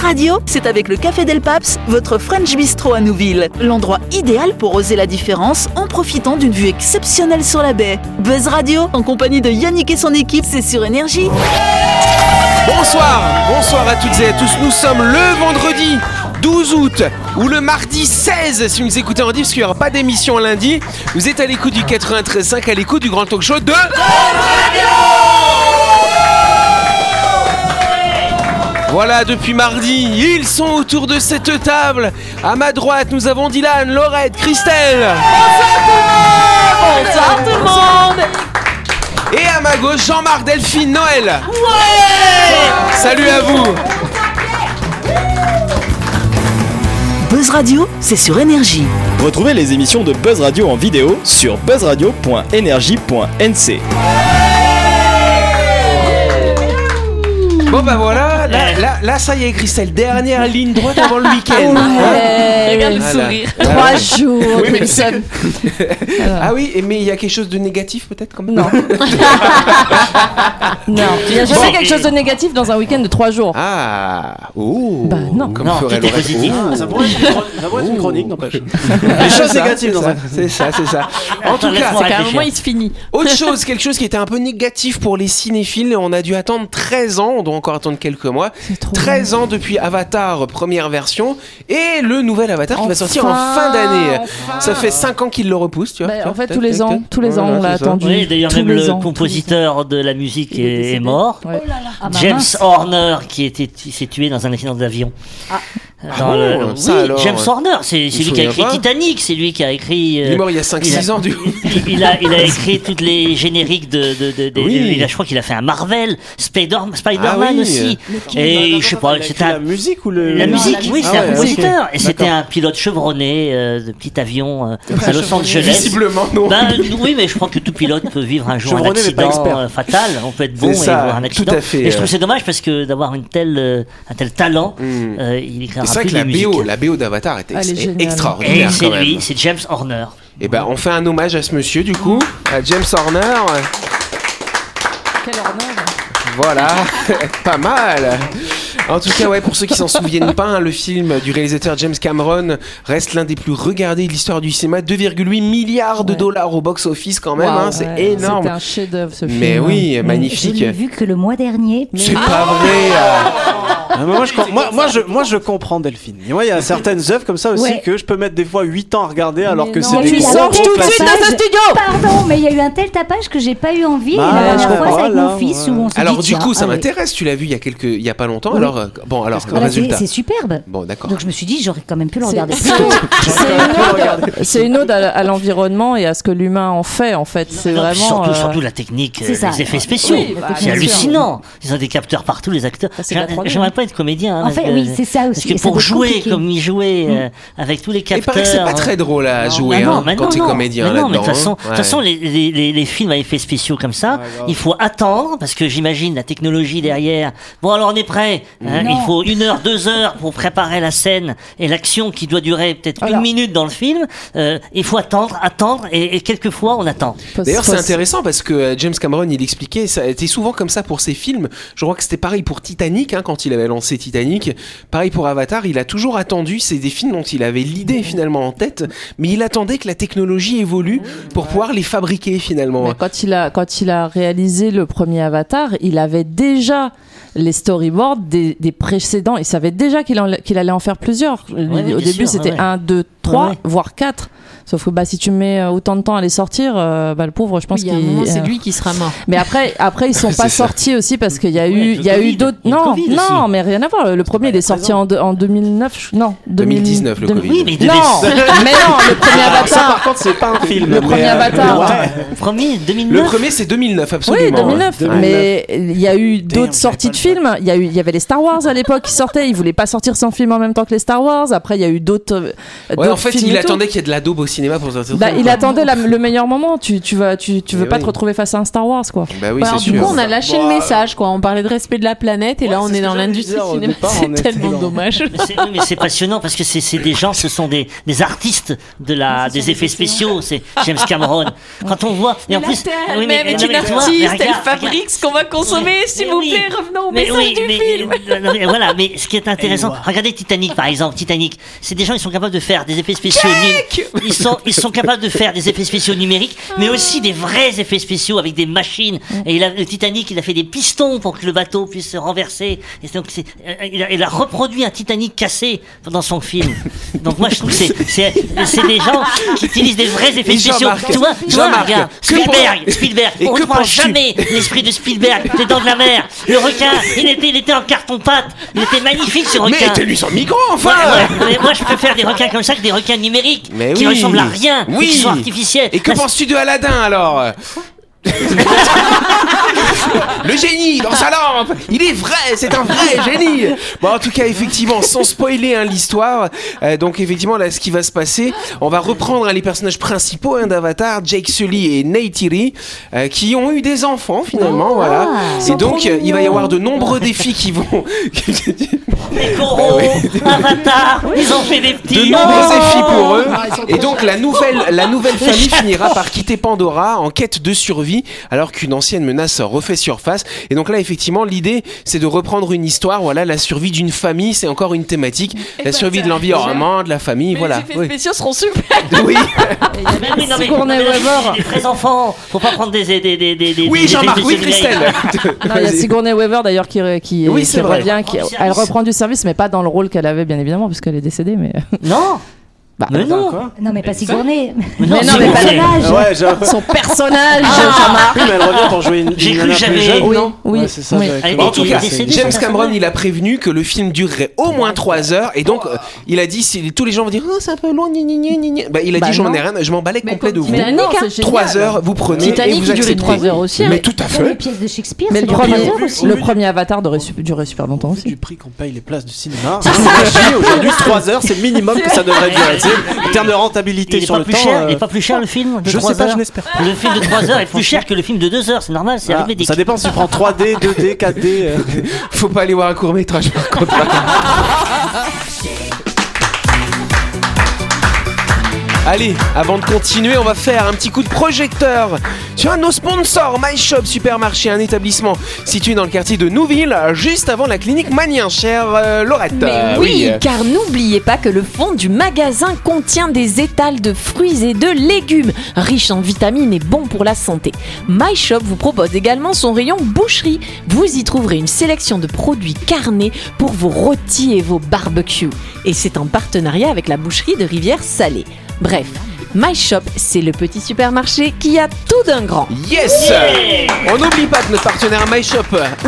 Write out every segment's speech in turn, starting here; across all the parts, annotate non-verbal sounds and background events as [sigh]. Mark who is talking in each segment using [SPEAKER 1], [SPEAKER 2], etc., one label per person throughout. [SPEAKER 1] radio, c'est avec le Café Del Paps, votre French Bistro à Nouville. L'endroit idéal pour oser la différence en profitant d'une vue exceptionnelle sur la baie. Buzz Radio, en compagnie de Yannick et son équipe, c'est sur Énergie.
[SPEAKER 2] Bonsoir, bonsoir à toutes et à tous. Nous sommes le vendredi 12 août ou le mardi 16 si vous nous écoutez en dit parce qu'il n'y aura pas d'émission lundi. Vous êtes à l'écoute du 93.5, à l'écoute du grand talk show de... Voilà, depuis mardi, ils sont autour de cette table. À ma droite, nous avons Dylan, Laurette, Christelle.
[SPEAKER 1] Bonsoir tout le monde
[SPEAKER 2] Et à ma gauche, Jean-Marc, Delphine, Noël. Salut à vous.
[SPEAKER 1] Buzz Radio, c'est sur Énergie.
[SPEAKER 3] Retrouvez les émissions de Buzz Radio en vidéo sur buzzradio.energie.nc.
[SPEAKER 2] Bon bah voilà,
[SPEAKER 4] Eh.
[SPEAKER 2] là, là, là, ça y est Christelle, dernière ligne droite avant le week-end.
[SPEAKER 4] Ah Regarde
[SPEAKER 2] Voilà.
[SPEAKER 4] Trois jours,
[SPEAKER 2] Oui, mais-
[SPEAKER 4] Wilson.
[SPEAKER 2] Ah oui, et mais il y a quelque chose de négatif peut-être comme
[SPEAKER 4] Non. non. Il n'y a jamais quelque chose de négatif dans un week-end de trois jours.
[SPEAKER 2] [laughs] Ah, oh.
[SPEAKER 4] Bah, non.
[SPEAKER 2] Comme ferait
[SPEAKER 5] tout est
[SPEAKER 2] Laurette.
[SPEAKER 5] positif.
[SPEAKER 2] Oh.
[SPEAKER 6] Ah, Ça pourrait être une chronique- ça pourrait être une chronique,
[SPEAKER 2] [laughs]
[SPEAKER 6] n'empêche.
[SPEAKER 2] Les
[SPEAKER 6] choses négatives dans un-
[SPEAKER 2] C'est ça, c'est
[SPEAKER 6] [laughs]
[SPEAKER 2] ça. En tout cas,
[SPEAKER 5] laisse-moi
[SPEAKER 4] C'est qu'à un
[SPEAKER 5] réfléchir.
[SPEAKER 4] moment, il se finit.
[SPEAKER 2] autre chose, quelque chose qui était un peu négatif pour les cinéphiles, on a dû attendre 13 ans, on doit encore attendre quelques mois.
[SPEAKER 4] C'est trop
[SPEAKER 2] 13 ans depuis Avatar première version et le nouvel Avatar qui va sortir en
[SPEAKER 4] Enfin,
[SPEAKER 2] fin d'année.
[SPEAKER 4] enfin.
[SPEAKER 2] Ça fait 5 ans qu'il le repousse, tu vois.
[SPEAKER 4] Bah,
[SPEAKER 2] Tu vois,
[SPEAKER 4] en fait,
[SPEAKER 2] tac,
[SPEAKER 4] tous les
[SPEAKER 2] tac,
[SPEAKER 4] ans,
[SPEAKER 2] tac.
[SPEAKER 4] tous les ans,
[SPEAKER 2] Voilà,
[SPEAKER 4] on l'a
[SPEAKER 2] c'est ça.
[SPEAKER 4] attendu.
[SPEAKER 5] Oui, d'ailleurs,
[SPEAKER 4] Tous
[SPEAKER 5] même
[SPEAKER 4] les
[SPEAKER 5] le
[SPEAKER 4] ans, tous les
[SPEAKER 5] compositeur de la musique
[SPEAKER 4] Il est
[SPEAKER 5] est,
[SPEAKER 4] décédé.
[SPEAKER 5] est mort.
[SPEAKER 4] Ouais. Ah, bah,
[SPEAKER 5] James Horner, qui était, qui s'est tué dans un accident d'avion. Euh, Dans
[SPEAKER 2] Ah
[SPEAKER 5] le-
[SPEAKER 2] bon,
[SPEAKER 5] oui,
[SPEAKER 2] ça alors,
[SPEAKER 5] James
[SPEAKER 2] ouais.
[SPEAKER 5] Horner, c'est c'est
[SPEAKER 2] me
[SPEAKER 5] lui qui a
[SPEAKER 2] souviens
[SPEAKER 5] écrit
[SPEAKER 2] pas.
[SPEAKER 5] Titanic, c'est lui qui a écrit. euh,
[SPEAKER 2] Il est mort il y a 5-6
[SPEAKER 5] il a-
[SPEAKER 2] ans du coup.
[SPEAKER 5] il, il a, il a écrit toutes les génériques de. de, de, de-
[SPEAKER 2] Oui.
[SPEAKER 5] de- il a- je crois qu'il a fait un Marvel, Spider, Spider-Man
[SPEAKER 2] Ah oui.
[SPEAKER 5] aussi. Et je sais pas,
[SPEAKER 6] C'est
[SPEAKER 5] c'était
[SPEAKER 6] la
[SPEAKER 5] un.
[SPEAKER 6] musique ou
[SPEAKER 5] La
[SPEAKER 6] le.
[SPEAKER 5] musique, oui,
[SPEAKER 2] Ah ouais,
[SPEAKER 5] c'est un
[SPEAKER 2] ok.
[SPEAKER 5] compositeur. Et c'était un pilote chevronné euh, de petit avion euh, à Los Angeles.
[SPEAKER 2] Visiblement non.
[SPEAKER 5] Ben, oui, mais je crois que tout pilote peut vivre un jour un
[SPEAKER 6] Chevronné, mais pas
[SPEAKER 5] accident
[SPEAKER 6] expert.
[SPEAKER 5] euh, fatal. On peut être bon et
[SPEAKER 2] C'est ça,
[SPEAKER 5] avoir un
[SPEAKER 2] tout
[SPEAKER 5] accident.
[SPEAKER 2] à fait,
[SPEAKER 5] et je
[SPEAKER 2] euh.
[SPEAKER 5] trouve que c'est dommage parce que d'avoir une telle, euh, un tel talent, euh, il écrira
[SPEAKER 2] Et Hmm. C'est vrai que
[SPEAKER 5] plus de
[SPEAKER 2] la BO,
[SPEAKER 5] musique.
[SPEAKER 2] la BO d'Avatar était ex-
[SPEAKER 4] Elle est géniale.
[SPEAKER 5] Et
[SPEAKER 2] extraordinaire
[SPEAKER 5] c'est
[SPEAKER 2] quand même.
[SPEAKER 5] lui, c'est James Horner.
[SPEAKER 2] Et ben on fait un hommage à ce monsieur du coup, à James Horner.
[SPEAKER 4] Quel ornement.
[SPEAKER 2] Voilà, [laughs] pas mal. En tout cas, ouais, pour ceux qui s'en souviennent pas, hein, le film du réalisateur James Cameron reste l'un des plus regardés de l'histoire du cinéma, 2,8 milliards de
[SPEAKER 4] Ouais.
[SPEAKER 2] dollars au box-office quand même,
[SPEAKER 4] Waouh,
[SPEAKER 2] hein, c'est
[SPEAKER 4] ouais,
[SPEAKER 2] énorme.
[SPEAKER 4] C'était un chef-d'œuvre ce film. hein.
[SPEAKER 2] Mais oui,
[SPEAKER 7] Je
[SPEAKER 2] magnifique.
[SPEAKER 7] l'ai vu que le mois dernier.
[SPEAKER 2] C'est pas vrai. euh.
[SPEAKER 6] Ah, mais
[SPEAKER 5] [laughs]
[SPEAKER 6] moi, je com- moi, moi, je, moi, je comprends Delphine. Et Moi, il y a certaines œuvres comme ça aussi
[SPEAKER 7] Ouais.
[SPEAKER 6] que je peux mettre des fois 8 ans à regarder alors que
[SPEAKER 4] non.
[SPEAKER 6] c'est
[SPEAKER 7] Il y a
[SPEAKER 6] des
[SPEAKER 7] eu un
[SPEAKER 6] gros,
[SPEAKER 7] tel
[SPEAKER 6] gros
[SPEAKER 7] tapage-
[SPEAKER 6] classiques.
[SPEAKER 4] [laughs] Oh
[SPEAKER 7] Pardon, mais il y a eu un tel tapage que j'ai pas eu envie.
[SPEAKER 6] Bah,
[SPEAKER 7] et la dernière
[SPEAKER 6] je
[SPEAKER 7] fois,
[SPEAKER 6] comprends,
[SPEAKER 7] c'est avec
[SPEAKER 6] là,
[SPEAKER 7] mon fils
[SPEAKER 6] ouais.
[SPEAKER 7] où on s'est
[SPEAKER 2] Alors
[SPEAKER 7] dit,
[SPEAKER 2] du
[SPEAKER 7] tiens,
[SPEAKER 2] coup, ça
[SPEAKER 5] ah
[SPEAKER 7] allez.
[SPEAKER 2] m'intéresse, tu l'as vu il y a quelques il y a pas longtemps.
[SPEAKER 7] Oui.
[SPEAKER 2] Alors euh, bon, alors le
[SPEAKER 7] Voilà, c'est
[SPEAKER 2] résultat.
[SPEAKER 7] c'est superbe.
[SPEAKER 2] Bon, d'accord.
[SPEAKER 7] Donc je me suis dit, j'aurais quand même pu le regarder.
[SPEAKER 4] C'est- C'est [laughs] une ode, c'est une ode à, à l'environnement et à ce que l'humain en fait en fait. C'est
[SPEAKER 5] Non,
[SPEAKER 4] vraiment.
[SPEAKER 5] puis surtout,
[SPEAKER 4] euh,
[SPEAKER 5] surtout la technique, euh,
[SPEAKER 7] c'est ça.
[SPEAKER 5] les effets spéciaux.
[SPEAKER 4] Oui, bah,
[SPEAKER 5] c'est
[SPEAKER 4] bien
[SPEAKER 5] hallucinant. Ils ont des capteurs partout, les acteurs.
[SPEAKER 4] Ça, c'est
[SPEAKER 5] J'aimerais-
[SPEAKER 4] de la 3D,
[SPEAKER 5] J'aimerais pas être comédien. hein,
[SPEAKER 7] En
[SPEAKER 5] parce
[SPEAKER 7] fait,
[SPEAKER 5] que-
[SPEAKER 7] oui, c'est ça aussi.
[SPEAKER 5] Parce que
[SPEAKER 7] Et ça
[SPEAKER 5] pour
[SPEAKER 7] doit être
[SPEAKER 5] jouer
[SPEAKER 7] compliqué. Hmm.
[SPEAKER 5] comme ils jouaient euh, avec tous les
[SPEAKER 2] Il
[SPEAKER 5] capteurs. euh,
[SPEAKER 2] paraît que c'est pas très drôle à jouer
[SPEAKER 5] Ah non,
[SPEAKER 2] hein,
[SPEAKER 5] mais
[SPEAKER 2] quand
[SPEAKER 5] non,
[SPEAKER 2] t'es
[SPEAKER 5] non.
[SPEAKER 2] comédien
[SPEAKER 5] Mais
[SPEAKER 2] là-dedans.
[SPEAKER 5] non, mais de toute façon, de
[SPEAKER 2] hein.
[SPEAKER 5] toute façon, les, les- les- les films à effets spéciaux comme ça, il faut attendre parce que j'imagine la technologie derrière. Bon, alors on est prêt. hein,
[SPEAKER 7] Non.
[SPEAKER 5] il faut une heure, deux heures pour préparer la scène et l'action qui doit durer peut-être
[SPEAKER 4] Voilà.
[SPEAKER 5] une minute dans le film. Euh, il faut attendre, attendre et, et quelquefois on attend.
[SPEAKER 4] faut-
[SPEAKER 2] D'ailleurs, c'est
[SPEAKER 4] faut-
[SPEAKER 2] intéressant parce que euh, James Cameron, il expliquait, ça a été souvent comme ça pour ses films. Je crois que c'était pareil pour Titanic, hein, quand il avait lancé Titanic. Pareil pour Avatar, il a toujours attendu. C'est des films dont il avait l'idée finalement en tête, mais il attendait que la technologie évolue pour pouvoir les fabriquer finalement.
[SPEAKER 4] Mais quand il a quand il a réalisé le premier Avatar, il avait déjà les storyboards des, des précédents. Il savait déjà qu'il en- qu'il allait en faire plusieurs.
[SPEAKER 5] ouais, bien
[SPEAKER 4] Au début,
[SPEAKER 5] sûr,
[SPEAKER 4] c'était
[SPEAKER 5] ouais,
[SPEAKER 4] 1,
[SPEAKER 5] ouais.
[SPEAKER 4] 2, 3,
[SPEAKER 5] ouais.
[SPEAKER 4] voire 4. Sauf que bah, si tu mets euh, autant de temps à les sortir, euh, bah, le pauvre, je pense
[SPEAKER 8] Oui, il y a un
[SPEAKER 4] qu'il.
[SPEAKER 8] moment, c'est
[SPEAKER 4] euh,
[SPEAKER 8] lui qui sera mort.
[SPEAKER 4] Mais après, après ils
[SPEAKER 2] [laughs]
[SPEAKER 4] sont
[SPEAKER 2] C'est
[SPEAKER 4] pas
[SPEAKER 2] ça.
[SPEAKER 4] sortis aussi parce qu'il y a
[SPEAKER 5] Ouais,
[SPEAKER 4] eu,
[SPEAKER 5] avec
[SPEAKER 4] il
[SPEAKER 5] le
[SPEAKER 4] y a eu
[SPEAKER 5] Covid.
[SPEAKER 4] d'autres.
[SPEAKER 5] Il y a
[SPEAKER 4] Non,
[SPEAKER 5] le Covid
[SPEAKER 4] non,
[SPEAKER 5] aussi.
[SPEAKER 4] mais rien à voir. Le premier, il est sorti en, de- en 2009. je- Non, 2000
[SPEAKER 2] 2019 le
[SPEAKER 4] 2000
[SPEAKER 2] Covid.
[SPEAKER 5] Oui, mais il
[SPEAKER 4] Non,
[SPEAKER 5] [laughs]
[SPEAKER 4] mais
[SPEAKER 2] [laughs]
[SPEAKER 5] devait-
[SPEAKER 4] non, le premier
[SPEAKER 5] Ah,
[SPEAKER 6] Alors, ça,
[SPEAKER 4] Avatar.
[SPEAKER 6] par contre, c'est pas un film.
[SPEAKER 4] Le premier
[SPEAKER 6] mais, euh,
[SPEAKER 4] Avatar.
[SPEAKER 6] ouais.
[SPEAKER 5] Premier
[SPEAKER 2] Le
[SPEAKER 5] 2009.
[SPEAKER 2] premier, c'est 2009, absolument.
[SPEAKER 4] Oui, 2009.
[SPEAKER 2] Ouais.
[SPEAKER 4] Mais il y a eu
[SPEAKER 6] j'avais
[SPEAKER 4] d'autres sorties
[SPEAKER 6] pas
[SPEAKER 4] de
[SPEAKER 6] le
[SPEAKER 4] films. Il y, a eu, il y avait les Star Wars à l'époque qui sortaient. Ils voulaient pas sortir sans film en même temps que les Star Wars. Après, il y a eu d'autres euh,
[SPEAKER 2] Ouais, en fait,
[SPEAKER 4] filme
[SPEAKER 2] il
[SPEAKER 4] et tout.
[SPEAKER 2] attendait qu'il y ait de la daube au cinéma pour sortir.
[SPEAKER 4] Bah, il attendait la- le meilleur moment. Tu, tu vas, tu, tu veux
[SPEAKER 2] Eh
[SPEAKER 4] pas
[SPEAKER 2] oui.
[SPEAKER 4] te retrouver face à un Star Wars,
[SPEAKER 2] [laughs]
[SPEAKER 4] quoi.
[SPEAKER 2] Bah oui,
[SPEAKER 8] Voilà,
[SPEAKER 2] c'est
[SPEAKER 8] du
[SPEAKER 2] sûr.
[SPEAKER 8] coup, on a lâché le message, quoi. On parlait de respect de la planète, et là, on
[SPEAKER 6] c'est
[SPEAKER 8] est
[SPEAKER 6] ce
[SPEAKER 8] dans
[SPEAKER 6] que j'allais
[SPEAKER 8] l'industrie
[SPEAKER 6] dire, au
[SPEAKER 8] cinéma.
[SPEAKER 6] départ,
[SPEAKER 8] [laughs] C'est
[SPEAKER 6] on était
[SPEAKER 8] tellement
[SPEAKER 6] dans-
[SPEAKER 8] dommage.
[SPEAKER 5] Mais c'est- oui, mais c'est passionnant parce que c'est c'est des gens, ce sont des, des artistes de la, des effets spéciaux. C'est James Cameron. Quand on voit, et en
[SPEAKER 8] La
[SPEAKER 5] plus,
[SPEAKER 8] Terre
[SPEAKER 5] oui, mais-
[SPEAKER 8] elle-même
[SPEAKER 5] mais-
[SPEAKER 8] est
[SPEAKER 5] non,
[SPEAKER 8] une
[SPEAKER 5] mais tu vois,
[SPEAKER 8] artiste,
[SPEAKER 5] mais
[SPEAKER 8] elle
[SPEAKER 5] regarde,
[SPEAKER 8] fabrique ce qu'on va consommer, s'il
[SPEAKER 5] Mais
[SPEAKER 8] vous
[SPEAKER 5] oui.
[SPEAKER 8] plaît, revenons au
[SPEAKER 5] Mais
[SPEAKER 8] message
[SPEAKER 5] oui,
[SPEAKER 8] du
[SPEAKER 5] mais-
[SPEAKER 8] film.
[SPEAKER 5] mais- non, mais voilà, mais ce qui est intéressant, regardez Titanic par exemple, Titanic, c'est des gens ils sont capables de faire des effets spéciaux
[SPEAKER 8] [laughs]
[SPEAKER 5] nu- ils sont ils sont capables de faire des effets spéciaux numériques, mais aussi des vrais effets spéciaux avec des machines.
[SPEAKER 8] Mm.
[SPEAKER 5] Et il a- le Titanic, il a fait des pistons pour que le bateau puisse se renverser. Et donc c'est- euh, il, a, il a reproduit un Titanic cassé dans son film. Donc moi je trouve que c'est c'est c'est des gens qui utilisent des vrais effets
[SPEAKER 2] Et
[SPEAKER 5] spéciaux.
[SPEAKER 2] Jean-Marc,
[SPEAKER 5] Tu vois, tu vois,
[SPEAKER 2] Jean-Marc,
[SPEAKER 5] regarde,
[SPEAKER 2] que pour-
[SPEAKER 5] Spielberg, Spielberg,
[SPEAKER 2] Et
[SPEAKER 5] on
[SPEAKER 2] que
[SPEAKER 5] ne prend
[SPEAKER 2] penses-tu
[SPEAKER 5] jamais [laughs] l'esprit de Spielberg dedans de la mer. Le requin, il était, il était en carton pâte. Il était magnifique ce
[SPEAKER 2] Mais
[SPEAKER 5] requin.
[SPEAKER 2] t'es-lui son migrant,
[SPEAKER 5] Ouais,
[SPEAKER 2] enfin
[SPEAKER 5] ouais, mais moi je préfère des requins comme ça que des requins numériques
[SPEAKER 2] Mais
[SPEAKER 5] qui
[SPEAKER 2] oui.
[SPEAKER 5] ressemblent à rien, et
[SPEAKER 2] Oui.
[SPEAKER 5] qui sont artificiels.
[SPEAKER 2] Et que
[SPEAKER 5] Parce-
[SPEAKER 2] penses-tu de Aladdin alors [laughs] Le génie dans sa lampe Il est vrai, c'est un vrai génie Bon en tout cas effectivement, sans spoiler hein, l'histoire, euh, donc effectivement là ce qui va se passer, on va reprendre hein, les personnages principaux hein, d'Avatar, Jake Sully et Neytiri, euh, qui ont eu des enfants finalement, voilà. Et donc euh, il va y avoir de nombreux défis qui vont... [laughs]
[SPEAKER 5] les coraux, Avatar, ils ont fait des petits.
[SPEAKER 2] de
[SPEAKER 5] Oh.
[SPEAKER 2] nombreux défis pour eux. Et donc la nouvelle, la nouvelle famille finira par quitter Pandora en quête de survie, alors qu'une ancienne menace refait surface. Et donc là, effectivement, l'idée, c'est de reprendre une histoire. Voilà, la survie d'une famille, c'est encore une thématique.
[SPEAKER 8] ben,
[SPEAKER 2] La survie
[SPEAKER 8] ça,
[SPEAKER 2] de l'environnement, de la famille,
[SPEAKER 8] Mais
[SPEAKER 2] voilà.
[SPEAKER 8] les effets
[SPEAKER 2] Oui.
[SPEAKER 8] spéciaux seront super.
[SPEAKER 2] Oui.
[SPEAKER 5] Mais oui, non, mais-
[SPEAKER 4] Sigourney
[SPEAKER 5] non, mais là,
[SPEAKER 4] Weaver.
[SPEAKER 5] c'est Des vrais enfants. Faut pas prendre des. des, des, des, des des-
[SPEAKER 2] Oui,
[SPEAKER 5] des-
[SPEAKER 2] Jean-Marc,
[SPEAKER 5] des-
[SPEAKER 2] oui,
[SPEAKER 5] des-
[SPEAKER 2] Christelle. [laughs]
[SPEAKER 4] Non, il y a
[SPEAKER 2] Vas-y.
[SPEAKER 4] Sigourney Weaver d'ailleurs qui, euh, qui,
[SPEAKER 2] Oui,
[SPEAKER 4] qui
[SPEAKER 2] c'est vrai.
[SPEAKER 4] revient, qui,
[SPEAKER 5] Elle reprend le
[SPEAKER 4] elle
[SPEAKER 5] service.
[SPEAKER 4] reprend du service, mais pas dans le rôle qu'elle avait bien évidemment, puisqu'elle est décédée. Mais euh,
[SPEAKER 5] Non,
[SPEAKER 4] Bah,
[SPEAKER 5] mais non.
[SPEAKER 7] Non, mais pas Sigourney.
[SPEAKER 5] Mais
[SPEAKER 7] [laughs]
[SPEAKER 4] non, mais pas-
[SPEAKER 5] Sigourney.
[SPEAKER 7] Dommage.
[SPEAKER 6] Ah Ouais, j'ai-
[SPEAKER 4] son [laughs] personnage,
[SPEAKER 6] Oui, mais elle revient pour jouer une,
[SPEAKER 5] J'ai
[SPEAKER 6] une
[SPEAKER 5] cru
[SPEAKER 6] nana
[SPEAKER 5] que
[SPEAKER 6] plus
[SPEAKER 5] j'avais-
[SPEAKER 6] jeune,
[SPEAKER 4] Oui,
[SPEAKER 6] non
[SPEAKER 4] oui.
[SPEAKER 6] Ouais, c'est ça,
[SPEAKER 4] Oui.
[SPEAKER 6] j'avais
[SPEAKER 5] Allez,
[SPEAKER 6] cru.
[SPEAKER 2] En tout
[SPEAKER 5] Il est
[SPEAKER 2] cas,
[SPEAKER 5] décédé,
[SPEAKER 2] James
[SPEAKER 5] son
[SPEAKER 2] Cameron,
[SPEAKER 5] personnage.
[SPEAKER 2] il a prévenu que le film durerait au moins 3 heures. Et donc, euh, il a dit si tous les gens vont dire, oh, c'est un peu loin, gna, gna, gna, gna, gna. Bah, il a
[SPEAKER 4] Bah,
[SPEAKER 2] dit, j'en
[SPEAKER 4] non.
[SPEAKER 2] ai rien, je m'emballais complet de vous.
[SPEAKER 4] Mais non, c'est génial.
[SPEAKER 2] 3 heures, vous prenez. et
[SPEAKER 4] Titanic
[SPEAKER 2] vous
[SPEAKER 4] il durait
[SPEAKER 2] acceptez.
[SPEAKER 4] 3 heures aussi. hein.
[SPEAKER 2] Mais tout à
[SPEAKER 7] Comme les
[SPEAKER 2] fait.
[SPEAKER 7] pièces de Shakespeare,
[SPEAKER 4] Mais le
[SPEAKER 7] c'est dans trois
[SPEAKER 4] premier,
[SPEAKER 7] heures aussi.
[SPEAKER 4] le premier Avatar devrait su- durer super longtemps
[SPEAKER 6] Au vu
[SPEAKER 4] aussi.
[SPEAKER 6] du prix qu'on paye les places de [laughs] cinéma, on dit aujourd'hui 3 heures, c'est le minimum que ça devrait durer. tu sais. [laughs] En termes de rentabilité
[SPEAKER 5] Il est
[SPEAKER 6] sur
[SPEAKER 5] pas
[SPEAKER 6] le
[SPEAKER 5] plus
[SPEAKER 6] temps,
[SPEAKER 5] cher,
[SPEAKER 6] euh,
[SPEAKER 5] il est pas plus cher le film de
[SPEAKER 6] je
[SPEAKER 5] 3
[SPEAKER 6] sais pas,
[SPEAKER 5] heures.
[SPEAKER 6] je n'espère pas.
[SPEAKER 5] Le film de 3 heures est plus cher que le film de 2 heures, c'est normal, c'est
[SPEAKER 6] Ah,
[SPEAKER 5] arithmétique.
[SPEAKER 6] ça dépend si tu prends 3D, 2D,
[SPEAKER 5] [laughs]
[SPEAKER 6] 4D. euh.
[SPEAKER 2] Faut pas aller voir un court métrage par contre. [laughs] Allez, avant de continuer, on va faire un petit coup de projecteur sur un de nos sponsors, My Shop Supermarché, un établissement situé dans le quartier de Nouville, juste avant la clinique Manien, chère euh, Laurette.
[SPEAKER 9] Mais
[SPEAKER 2] Euh,
[SPEAKER 9] oui, car n'oubliez pas que le fond du magasin contient des étals de fruits et de légumes, riches en vitamines et bons pour la santé. My Shop vous propose également son rayon boucherie. Vous y trouverez une sélection de produits carnés pour vos rôtis et vos barbecues. Et c'est en partenariat avec la boucherie de Rivière Salée. Bref, My Shop, c'est le petit supermarché qui a tout d'un grand.
[SPEAKER 2] Yes On n'oublie pas que notre partenaire MyShop,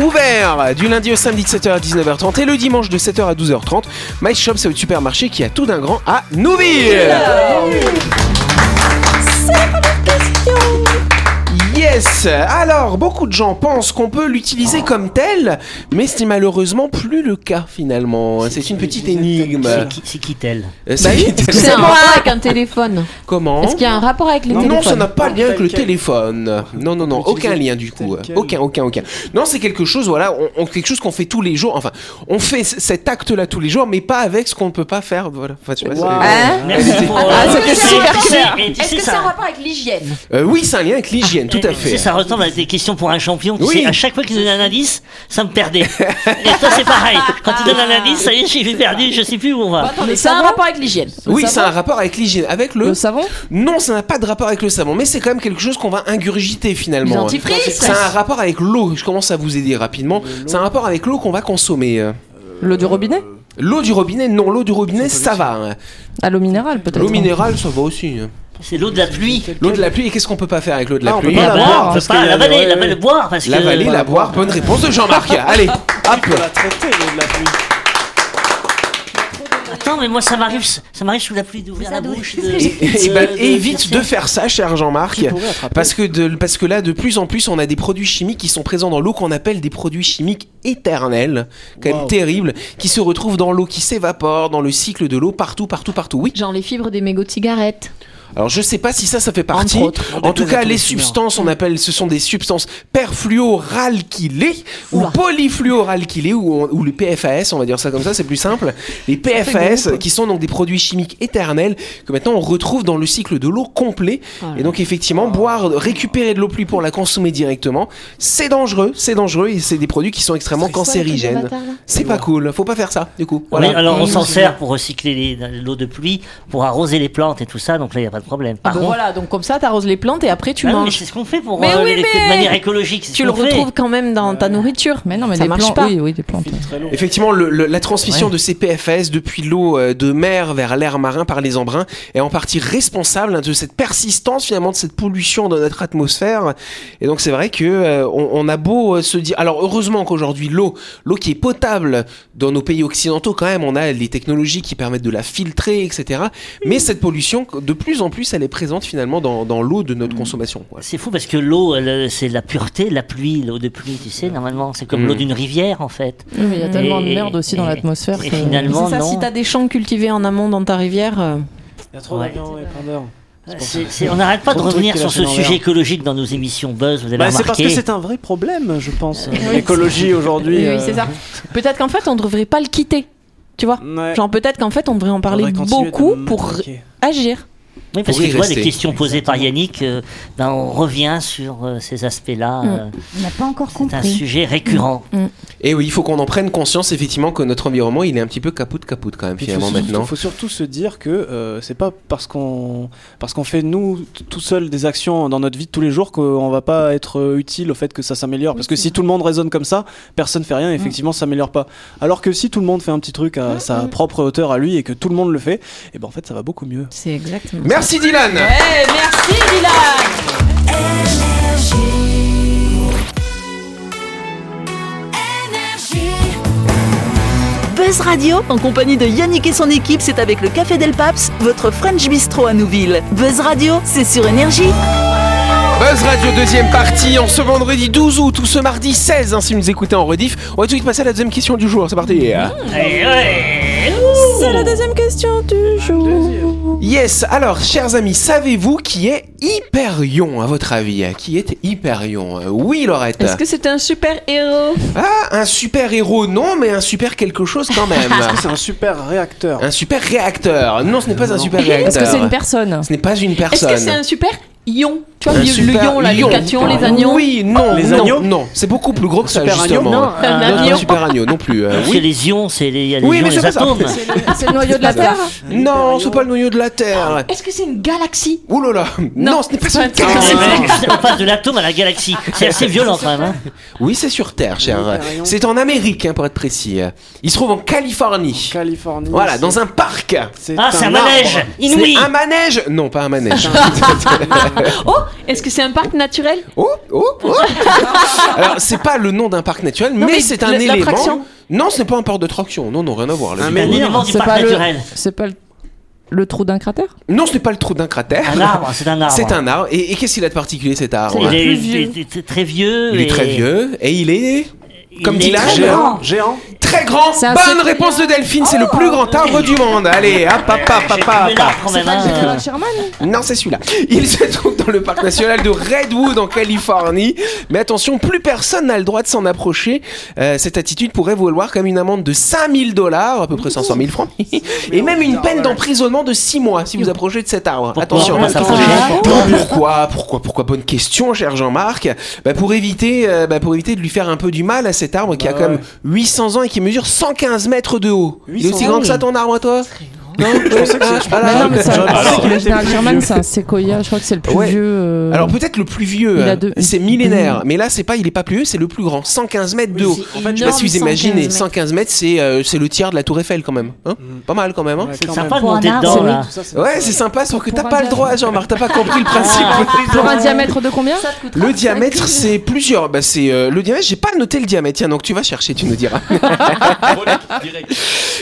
[SPEAKER 2] ouvert du lundi au samedi de 7h à 19h30 et le dimanche de 7h à 12h30. MyShop, c'est le supermarché qui a tout d'un grand à Nouville Yes Alors, beaucoup de gens pensent qu'on peut l'utiliser comme tel, mais c'est malheureusement plus le cas finalement. C'est une petite énigme.
[SPEAKER 5] C'est qui- C'est qui tel
[SPEAKER 2] Euh, [laughs] c'est-
[SPEAKER 8] C'est
[SPEAKER 4] C'est
[SPEAKER 8] un
[SPEAKER 4] moi.
[SPEAKER 8] rapport avec un téléphone.
[SPEAKER 2] Comment
[SPEAKER 8] Est-ce qu'il y
[SPEAKER 9] Oh.
[SPEAKER 8] a un rapport avec les
[SPEAKER 2] non,
[SPEAKER 8] téléphones
[SPEAKER 2] ça n'a pas de lien avec le
[SPEAKER 6] Tel quel.
[SPEAKER 2] téléphone. Non, non, non,
[SPEAKER 6] peut
[SPEAKER 2] aucun
[SPEAKER 6] l'utiliser
[SPEAKER 2] lien du coup.
[SPEAKER 6] tel quel.
[SPEAKER 2] Aucun, aucun, aucun. Non, c'est quelque chose, voilà, on, on- quelque chose qu'on fait tous les jours. Enfin, on fait c- cet acte-là tous les jours, mais pas avec ce qu'on ne peut pas faire. Voilà. Enfin, tu vois, c'est- [laughs]
[SPEAKER 8] Hein
[SPEAKER 5] Merci pour. euh,
[SPEAKER 8] Ah, c'était
[SPEAKER 5] Et tu
[SPEAKER 8] super
[SPEAKER 5] sais-
[SPEAKER 8] clair.
[SPEAKER 5] et tu sais
[SPEAKER 9] Est-ce que c'est
[SPEAKER 5] ça-
[SPEAKER 9] un rapport avec l'hygiène
[SPEAKER 2] Euh, oui, c'est un lien avec l'hygiène, tout
[SPEAKER 5] et
[SPEAKER 2] à
[SPEAKER 5] Tu sais,
[SPEAKER 2] fait.
[SPEAKER 5] ça ressemble à des questions pour un champion. Tu
[SPEAKER 2] Oui.
[SPEAKER 5] sais, à chaque fois qu'il donnait un indice, ça me perdait. Et toi, c'est pareil. Quand tu donnes un indice, ça y est, je suis perdu, je sais plus où on va.
[SPEAKER 9] Mais c'est un rapport avec l'hygiène.
[SPEAKER 2] Oui, c'est un rapport avec l'hygiène. Avec le.
[SPEAKER 4] Le savon
[SPEAKER 2] Non, ça n'a pas de rapport avec le savon, mais c'est quand même quelque chose qu'on va ingurgiter finalement.
[SPEAKER 8] Dentifrice
[SPEAKER 2] C'est un rapport avec l'eau. Je commence à vous aider rapidement. C'est un rapport avec l'eau qu'on va consommer. euh.
[SPEAKER 4] L'eau du robinet
[SPEAKER 2] L'eau du robinet, non, l'eau du robinet, ça va. hein.
[SPEAKER 4] À l'eau minérale peut-être.
[SPEAKER 2] L'eau minérale, ça va aussi. hein.
[SPEAKER 5] C'est l'eau de la pluie.
[SPEAKER 2] L'eau de la pluie, et qu'est-ce qu'on peut pas faire avec l'eau de la
[SPEAKER 6] Ah, on peut
[SPEAKER 2] pluie
[SPEAKER 6] pas
[SPEAKER 5] Ah
[SPEAKER 6] la
[SPEAKER 5] bah,
[SPEAKER 6] boire,
[SPEAKER 5] on peut
[SPEAKER 6] parce
[SPEAKER 5] pas
[SPEAKER 6] qu'il y a-
[SPEAKER 5] l'avaler,
[SPEAKER 6] ouais.
[SPEAKER 5] l'avaler, le boire, parce que.
[SPEAKER 2] L'avaler, la boire, bonne
[SPEAKER 6] [laughs]
[SPEAKER 2] réponse de Jean-Marc. Allez, hop.
[SPEAKER 6] On l'a traité, l'eau de la pluie.
[SPEAKER 5] Non, mais moi, ça m'arrive, ça m'arrive sous la pluie d'ouvrir
[SPEAKER 7] Mais
[SPEAKER 5] la
[SPEAKER 7] ça doit-
[SPEAKER 5] bouche.
[SPEAKER 7] c'est ce
[SPEAKER 5] de-
[SPEAKER 7] que j'ai-
[SPEAKER 5] de-
[SPEAKER 2] Et, et bah,
[SPEAKER 5] de- de-
[SPEAKER 2] évite de faire ça, cher Jean-Marc,
[SPEAKER 6] Qui pourrait Euh, attraper.
[SPEAKER 2] parce que de, parce que là, de plus en plus, on a des produits chimiques qui sont présents dans l'eau qu'on appelle des produits chimiques éternels, quand même
[SPEAKER 6] Wow.
[SPEAKER 2] terribles, qui se retrouvent dans l'eau, qui s'évaporent dans le cycle de l'eau, partout, partout, partout. Oui.
[SPEAKER 8] Genre les fibres des mégots de cigarettes.
[SPEAKER 2] Alors je sais pas si ça, ça fait partie.
[SPEAKER 6] Entre autres.
[SPEAKER 2] en tout cas, les
[SPEAKER 6] Des Mm.
[SPEAKER 2] substances, on appelle, ce sont des substances perfluoralkylées ou
[SPEAKER 9] Oula.
[SPEAKER 2] polyfluoralkylées ou, on- ou les PFAS, on va dire ça comme ça, c'est plus simple. Les PFAS qui sont donc des produits chimiques éternels que maintenant on retrouve dans le cycle de l'eau complet. Et donc effectivement, boire, récupérer de l'eau pluie pour la consommer directement, c'est dangereux, c'est dangereux et c'est des produits qui sont extrêmement cancérigènes. C'est pas cool, faut pas faire ça du coup.
[SPEAKER 5] Oui,
[SPEAKER 2] Voilà.
[SPEAKER 5] alors on s'en sert pour recycler les- l'eau de pluie, pour arroser les plantes et tout ça, donc là il n'y a pas de problème.
[SPEAKER 8] Ah
[SPEAKER 5] Par
[SPEAKER 8] bah
[SPEAKER 5] contre,
[SPEAKER 8] voilà, donc comme ça, t'arroses les plantes et après tu
[SPEAKER 5] Ah oui, mais
[SPEAKER 8] manges.
[SPEAKER 5] c'est ce qu'on fait pour
[SPEAKER 9] Bah, Mais
[SPEAKER 5] euh,
[SPEAKER 9] oui,
[SPEAKER 5] les-
[SPEAKER 9] mais
[SPEAKER 5] de manière écologique. c'est ce
[SPEAKER 9] Tu le
[SPEAKER 5] qu'on fait.
[SPEAKER 9] retrouves quand même dans ta nourriture.
[SPEAKER 4] Mais non, mais
[SPEAKER 9] ça
[SPEAKER 4] des
[SPEAKER 9] marche
[SPEAKER 4] plantes.
[SPEAKER 9] pas.
[SPEAKER 4] Oui, oui, des plantes.
[SPEAKER 2] Effectivement, le- le- la transmission de ces PFS depuis l'eau euh, de mer vers l'air marin par les embruns est en partie responsable hein, de cette persistance finalement de cette pollution dans notre atmosphère. Et donc c'est vrai que euh, on, on a beau euh, se dire, alors heureusement qu'aujourd'hui l'eau, l'eau qui est potable dans nos pays occidentaux quand même, on a les technologies qui permettent de la filtrer, etc. Mais cette pollution, de plus en plus, elle est présente finalement dans, dans l'eau de notre consommation. quoi.
[SPEAKER 5] C'est fou parce que l'eau, elle, c'est la pureté, la pluie, l'eau de pluie, tu sais, normalement, c'est comme
[SPEAKER 2] Mm.
[SPEAKER 5] l'eau d'une rivière en fait.
[SPEAKER 4] Oui, mais il y a tellement de
[SPEAKER 5] Et-
[SPEAKER 4] merde aussi dans
[SPEAKER 5] et-
[SPEAKER 4] l'atmosphère.
[SPEAKER 5] et
[SPEAKER 4] que-
[SPEAKER 5] finalement-
[SPEAKER 9] Mm. C'est
[SPEAKER 5] Non,
[SPEAKER 9] ça,
[SPEAKER 5] non.
[SPEAKER 9] si t'as des champs cultivés en amont dans ta rivière. euh,
[SPEAKER 6] Il y a trop
[SPEAKER 5] Ouais.
[SPEAKER 6] d'avions et pendeurs.
[SPEAKER 5] C'est- c'est- on n'arrête pas de
[SPEAKER 6] Ton truc
[SPEAKER 5] revenir
[SPEAKER 6] qui
[SPEAKER 5] sur
[SPEAKER 6] lâche
[SPEAKER 5] ce
[SPEAKER 6] dans
[SPEAKER 5] sujet
[SPEAKER 6] l'air.
[SPEAKER 5] écologique dans nos émissions Buzz, vous avez
[SPEAKER 6] Bah, c'est parce
[SPEAKER 5] remarqué.
[SPEAKER 6] que c'est un vrai problème, je pense. L'écologie aujourd'hui.
[SPEAKER 8] Oui, oui,
[SPEAKER 6] euh,
[SPEAKER 8] c'est ça.
[SPEAKER 9] Peut-être qu'en fait, on ne devrait pas le quitter. Tu vois
[SPEAKER 6] ouais.
[SPEAKER 9] Genre, peut-être qu'en fait, on devrait en parler
[SPEAKER 6] Faudrait continuer de
[SPEAKER 9] beaucoup
[SPEAKER 6] le
[SPEAKER 9] pour
[SPEAKER 6] matraquer.
[SPEAKER 9] agir.
[SPEAKER 5] Oui, parce
[SPEAKER 2] Pour
[SPEAKER 5] que
[SPEAKER 2] y
[SPEAKER 5] tu vois, les
[SPEAKER 2] rester.
[SPEAKER 5] questions posées par Yannick, euh, ben, on revient sur euh, ces aspects-là. euh,
[SPEAKER 7] On n'a pas encore
[SPEAKER 5] c'est un
[SPEAKER 7] compris.
[SPEAKER 5] sujet récurrent.
[SPEAKER 2] Et oui, il faut qu'on en prenne conscience effectivement que notre environnement, il est un petit peu capoute capoute quand même
[SPEAKER 6] Puis Il faut,
[SPEAKER 2] finalement
[SPEAKER 6] surtout-
[SPEAKER 2] maintenant.
[SPEAKER 6] faut surtout se dire que euh, c'est pas parce qu'on parce qu'on fait nous t- tout seul des actions dans notre vie de tous les jours qu'on va pas être euh, utile au fait que ça s'améliore. Parce que si tout le monde raisonne comme ça, personne fait rien. et Effectivement, ça s'améliore pas. Alors que si tout le monde fait un petit truc à sa propre hauteur à lui et que tout le monde le fait, et ben en fait ça va beaucoup mieux.
[SPEAKER 9] C'est exactement.
[SPEAKER 2] Merci Dylan.
[SPEAKER 9] merci, Dylan
[SPEAKER 1] Buzz Radio, en compagnie de Yannick et son équipe, c'est avec le Café Del Paps, votre French Bistro à Nouville. Buzz Radio, c'est sur Énergie.
[SPEAKER 2] Buzz Radio deuxième partie en ce vendredi 12 août ou ce mardi 16 hein, si vous nous écoutez en rediff. On va tout de suite passer à la deuxième question du jour, c'est parti.
[SPEAKER 5] Et
[SPEAKER 2] Euh,
[SPEAKER 5] ouais.
[SPEAKER 9] C'est la deuxième question du jour.
[SPEAKER 2] Yes, alors chers amis, savez-vous qui est Hyperion à votre avis Qui est Hyperion Oui Laurette.
[SPEAKER 9] Est-ce que c'est un super héros
[SPEAKER 2] Ah, un super héros non, mais un super quelque chose quand même.
[SPEAKER 6] Est-ce que c'est un super réacteur
[SPEAKER 2] un super réacteur. Non, ce n'est pas un super réacteur.
[SPEAKER 4] Est-ce que c'est
[SPEAKER 2] [laughs]
[SPEAKER 4] une personne
[SPEAKER 2] Ce n'est pas une
[SPEAKER 8] Est-ce
[SPEAKER 2] personne.
[SPEAKER 8] que c'est un super ion Tu vois,
[SPEAKER 2] Un
[SPEAKER 8] le, le
[SPEAKER 2] super
[SPEAKER 8] ion, là,
[SPEAKER 2] lion.
[SPEAKER 8] les cations, les agnons.
[SPEAKER 2] Oui, non,
[SPEAKER 6] Les
[SPEAKER 2] non,
[SPEAKER 6] agneaux
[SPEAKER 2] non, c'est beaucoup plus gros que ça
[SPEAKER 6] Super agneau
[SPEAKER 2] justement.
[SPEAKER 5] Non,
[SPEAKER 8] Un
[SPEAKER 5] euh,
[SPEAKER 2] Non,
[SPEAKER 8] agneau.
[SPEAKER 2] super agneau non plus.
[SPEAKER 5] [laughs]
[SPEAKER 2] euh,
[SPEAKER 5] parce que
[SPEAKER 2] oui.
[SPEAKER 5] les ions, c'est les, il y a les,
[SPEAKER 2] Oui,
[SPEAKER 5] ions,
[SPEAKER 2] mais
[SPEAKER 5] les
[SPEAKER 2] c'est pas ça.
[SPEAKER 5] atomes.
[SPEAKER 8] C'est Ah. le noyau de
[SPEAKER 2] Ah,
[SPEAKER 8] la Terre.
[SPEAKER 2] Non, c'est pas le noyau de la Terre.
[SPEAKER 8] Est-ce que c'est une galaxie
[SPEAKER 2] Ouh là là. Non, ce n'est pas sur
[SPEAKER 8] c'est pas
[SPEAKER 5] Ah, C'est
[SPEAKER 2] Terre.
[SPEAKER 5] vrai, on passe de l'atome à la galaxie. C'est assez violent quand même. hein.
[SPEAKER 2] Oui, c'est sur Terre, cher.
[SPEAKER 6] rayon.
[SPEAKER 2] C'est en Amérique, hein, pour être précis. Il se trouve en Californie.
[SPEAKER 6] Californie.
[SPEAKER 2] Voilà, dans un parc.
[SPEAKER 5] Ah, c'est un
[SPEAKER 6] arbre.
[SPEAKER 5] manège.
[SPEAKER 2] C'est
[SPEAKER 5] Inouï.
[SPEAKER 2] un manège Non, pas un manège. Ah,
[SPEAKER 8] Oh, est-ce que c'est un parc naturel
[SPEAKER 2] [laughs] Oh, oh, oh. Alors, c'est pas le nom d'un parc naturel, mais,
[SPEAKER 8] mais
[SPEAKER 2] c'est un
[SPEAKER 8] l-
[SPEAKER 2] élément.
[SPEAKER 8] l'attraction.
[SPEAKER 2] Non, ce n'est pas un parc de traction. Non, non, rien à voir. là,
[SPEAKER 6] Un
[SPEAKER 2] du
[SPEAKER 5] Un
[SPEAKER 2] tout.
[SPEAKER 6] menhir.
[SPEAKER 5] élément du
[SPEAKER 4] C'est
[SPEAKER 5] parc
[SPEAKER 4] pas le-
[SPEAKER 5] naturel.
[SPEAKER 4] C'est pas le, le trou d'un cratère
[SPEAKER 2] Non, ce n'est pas le trou d'un cratère.
[SPEAKER 5] Un arbre, c'est un arbre.
[SPEAKER 2] C'est un arbre. Et, et qu'est-ce qu'il a de particulier cet arbre
[SPEAKER 5] Il est,
[SPEAKER 8] plus
[SPEAKER 5] il est- il est très vieux.
[SPEAKER 2] Il
[SPEAKER 5] et-
[SPEAKER 2] est très vieux et il est
[SPEAKER 5] il
[SPEAKER 2] comme hein.
[SPEAKER 5] est
[SPEAKER 2] Dylan.
[SPEAKER 5] très grand.
[SPEAKER 6] Géant. Géant.
[SPEAKER 2] très grand.
[SPEAKER 4] C'est un
[SPEAKER 2] Bonne
[SPEAKER 4] cétacé.
[SPEAKER 2] réponse de Delphine, c'est le plus grand arbre du monde. Allez, hop, hop, hop, hop,
[SPEAKER 5] J'ai
[SPEAKER 2] hop,
[SPEAKER 5] trouvé
[SPEAKER 2] hop.
[SPEAKER 5] l'arbre quand même, hein.
[SPEAKER 2] Non, c'est celui-là. Il se [laughs] trouve dans le parc national de Redwood en Californie. Mais attention, plus personne n'a le droit de s'en approcher. Euh, cette attitude pourrait valoir comme une amende de 5000 dollars, à peu près 500 000
[SPEAKER 6] [laughs]
[SPEAKER 2] francs. Et même une
[SPEAKER 6] ah
[SPEAKER 2] peine d'emprisonnement de 6 mois si vous approchez de cet arbre.
[SPEAKER 5] Pourquoi
[SPEAKER 2] attention.
[SPEAKER 5] on va s'approcher
[SPEAKER 2] Pourquoi Pourquoi Pourquoi Pourquoi Bonne question, cher Jean-Marc. Bah, pour éviter, euh, bah, pour éviter de lui faire un peu du mal à cet arbre qui a
[SPEAKER 6] Bah
[SPEAKER 2] quand même
[SPEAKER 6] ouais.
[SPEAKER 2] 800 ans et qui mesure 115 mètres de haut. Il est
[SPEAKER 6] 800
[SPEAKER 2] aussi grand que ça ton arbre, à toi Je pensais que c'est-
[SPEAKER 6] Ah,
[SPEAKER 4] Mais non, mais ça,
[SPEAKER 2] Je pensais
[SPEAKER 4] alors,
[SPEAKER 2] qu'il était
[SPEAKER 4] Gérald
[SPEAKER 2] plus
[SPEAKER 4] Sherman,
[SPEAKER 2] vieux.
[SPEAKER 4] c'est un séquoia, je crois que c'est le plus
[SPEAKER 2] Ouais.
[SPEAKER 4] vieux. euh,
[SPEAKER 2] Alors peut-être le plus vieux,
[SPEAKER 4] Il a
[SPEAKER 2] hein,
[SPEAKER 4] deux-
[SPEAKER 2] c'est millénaire, mais là c'est pas, il est pas plus vieux, c'est le plus grand, 115 mètres de haut.
[SPEAKER 4] c'est
[SPEAKER 2] En fait, je sais pas si vous
[SPEAKER 4] énorme, 115
[SPEAKER 2] imaginez,
[SPEAKER 4] mètres.
[SPEAKER 2] 115 mètres c'est euh, c'est le tiers de la Tour Eiffel quand même, hein Pas mal quand même. Hein
[SPEAKER 5] C'est
[SPEAKER 6] quand
[SPEAKER 5] sympa
[SPEAKER 6] même.
[SPEAKER 5] de monter
[SPEAKER 7] Pour un
[SPEAKER 5] dedans
[SPEAKER 4] arbre,
[SPEAKER 5] là.
[SPEAKER 2] ouais, c'est sympa, sauf que t'as
[SPEAKER 4] Pour
[SPEAKER 2] pas
[SPEAKER 4] un Ah.
[SPEAKER 2] le droit, Jean-Marc, t'as pas compris le principe.
[SPEAKER 4] [laughs] Pour un diamètre de combien
[SPEAKER 2] Le diamètre, c'est plusieurs. Bah, c'est euh, le diamètre. J'ai pas noté le diamètre. Tiens, donc tu vas chercher, tu nous
[SPEAKER 4] [laughs]
[SPEAKER 2] diras.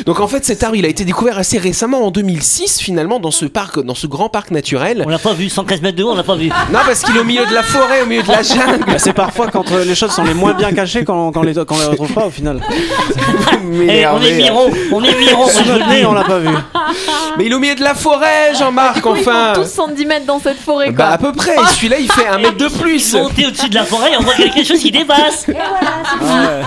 [SPEAKER 2] donc en fait, cet arbre, il a été découvert assez récemment, en 2006, finalement, dans ce parc, dans ce grand parc naturel.
[SPEAKER 5] On l'a pas vu, 115 mètres de haut, on l'a pas vu.
[SPEAKER 2] Non, parce qu'il est au milieu de la forêt, au milieu
[SPEAKER 4] [laughs]
[SPEAKER 2] de la jungle.
[SPEAKER 6] Bah, c'est parfois quand euh, les choses sont les moins bien cachées quand, quand, les, quand on les retrouve pas
[SPEAKER 2] [laughs]
[SPEAKER 6] au final.
[SPEAKER 5] Eh, on
[SPEAKER 2] M'énerver,
[SPEAKER 5] est
[SPEAKER 2] hein.
[SPEAKER 5] Miro, on est
[SPEAKER 2] [laughs]
[SPEAKER 5] Miro, moi,
[SPEAKER 6] Sous
[SPEAKER 5] je
[SPEAKER 6] le
[SPEAKER 5] le
[SPEAKER 6] nez,
[SPEAKER 5] dis.
[SPEAKER 6] on l'a pas vu.
[SPEAKER 2] Mais il est au milieu de la forêt, Jean-Marc, enfin.
[SPEAKER 8] [laughs] Tous 110 mètres dans cette forêt,
[SPEAKER 2] Bah à
[SPEAKER 8] quoi.
[SPEAKER 2] peu près.
[SPEAKER 4] Ah.
[SPEAKER 2] Celui-là, il fait un mètre de plus.
[SPEAKER 5] Monter au-dessus de la forêt, on voit quelque chose qui dépasse.
[SPEAKER 2] Ah,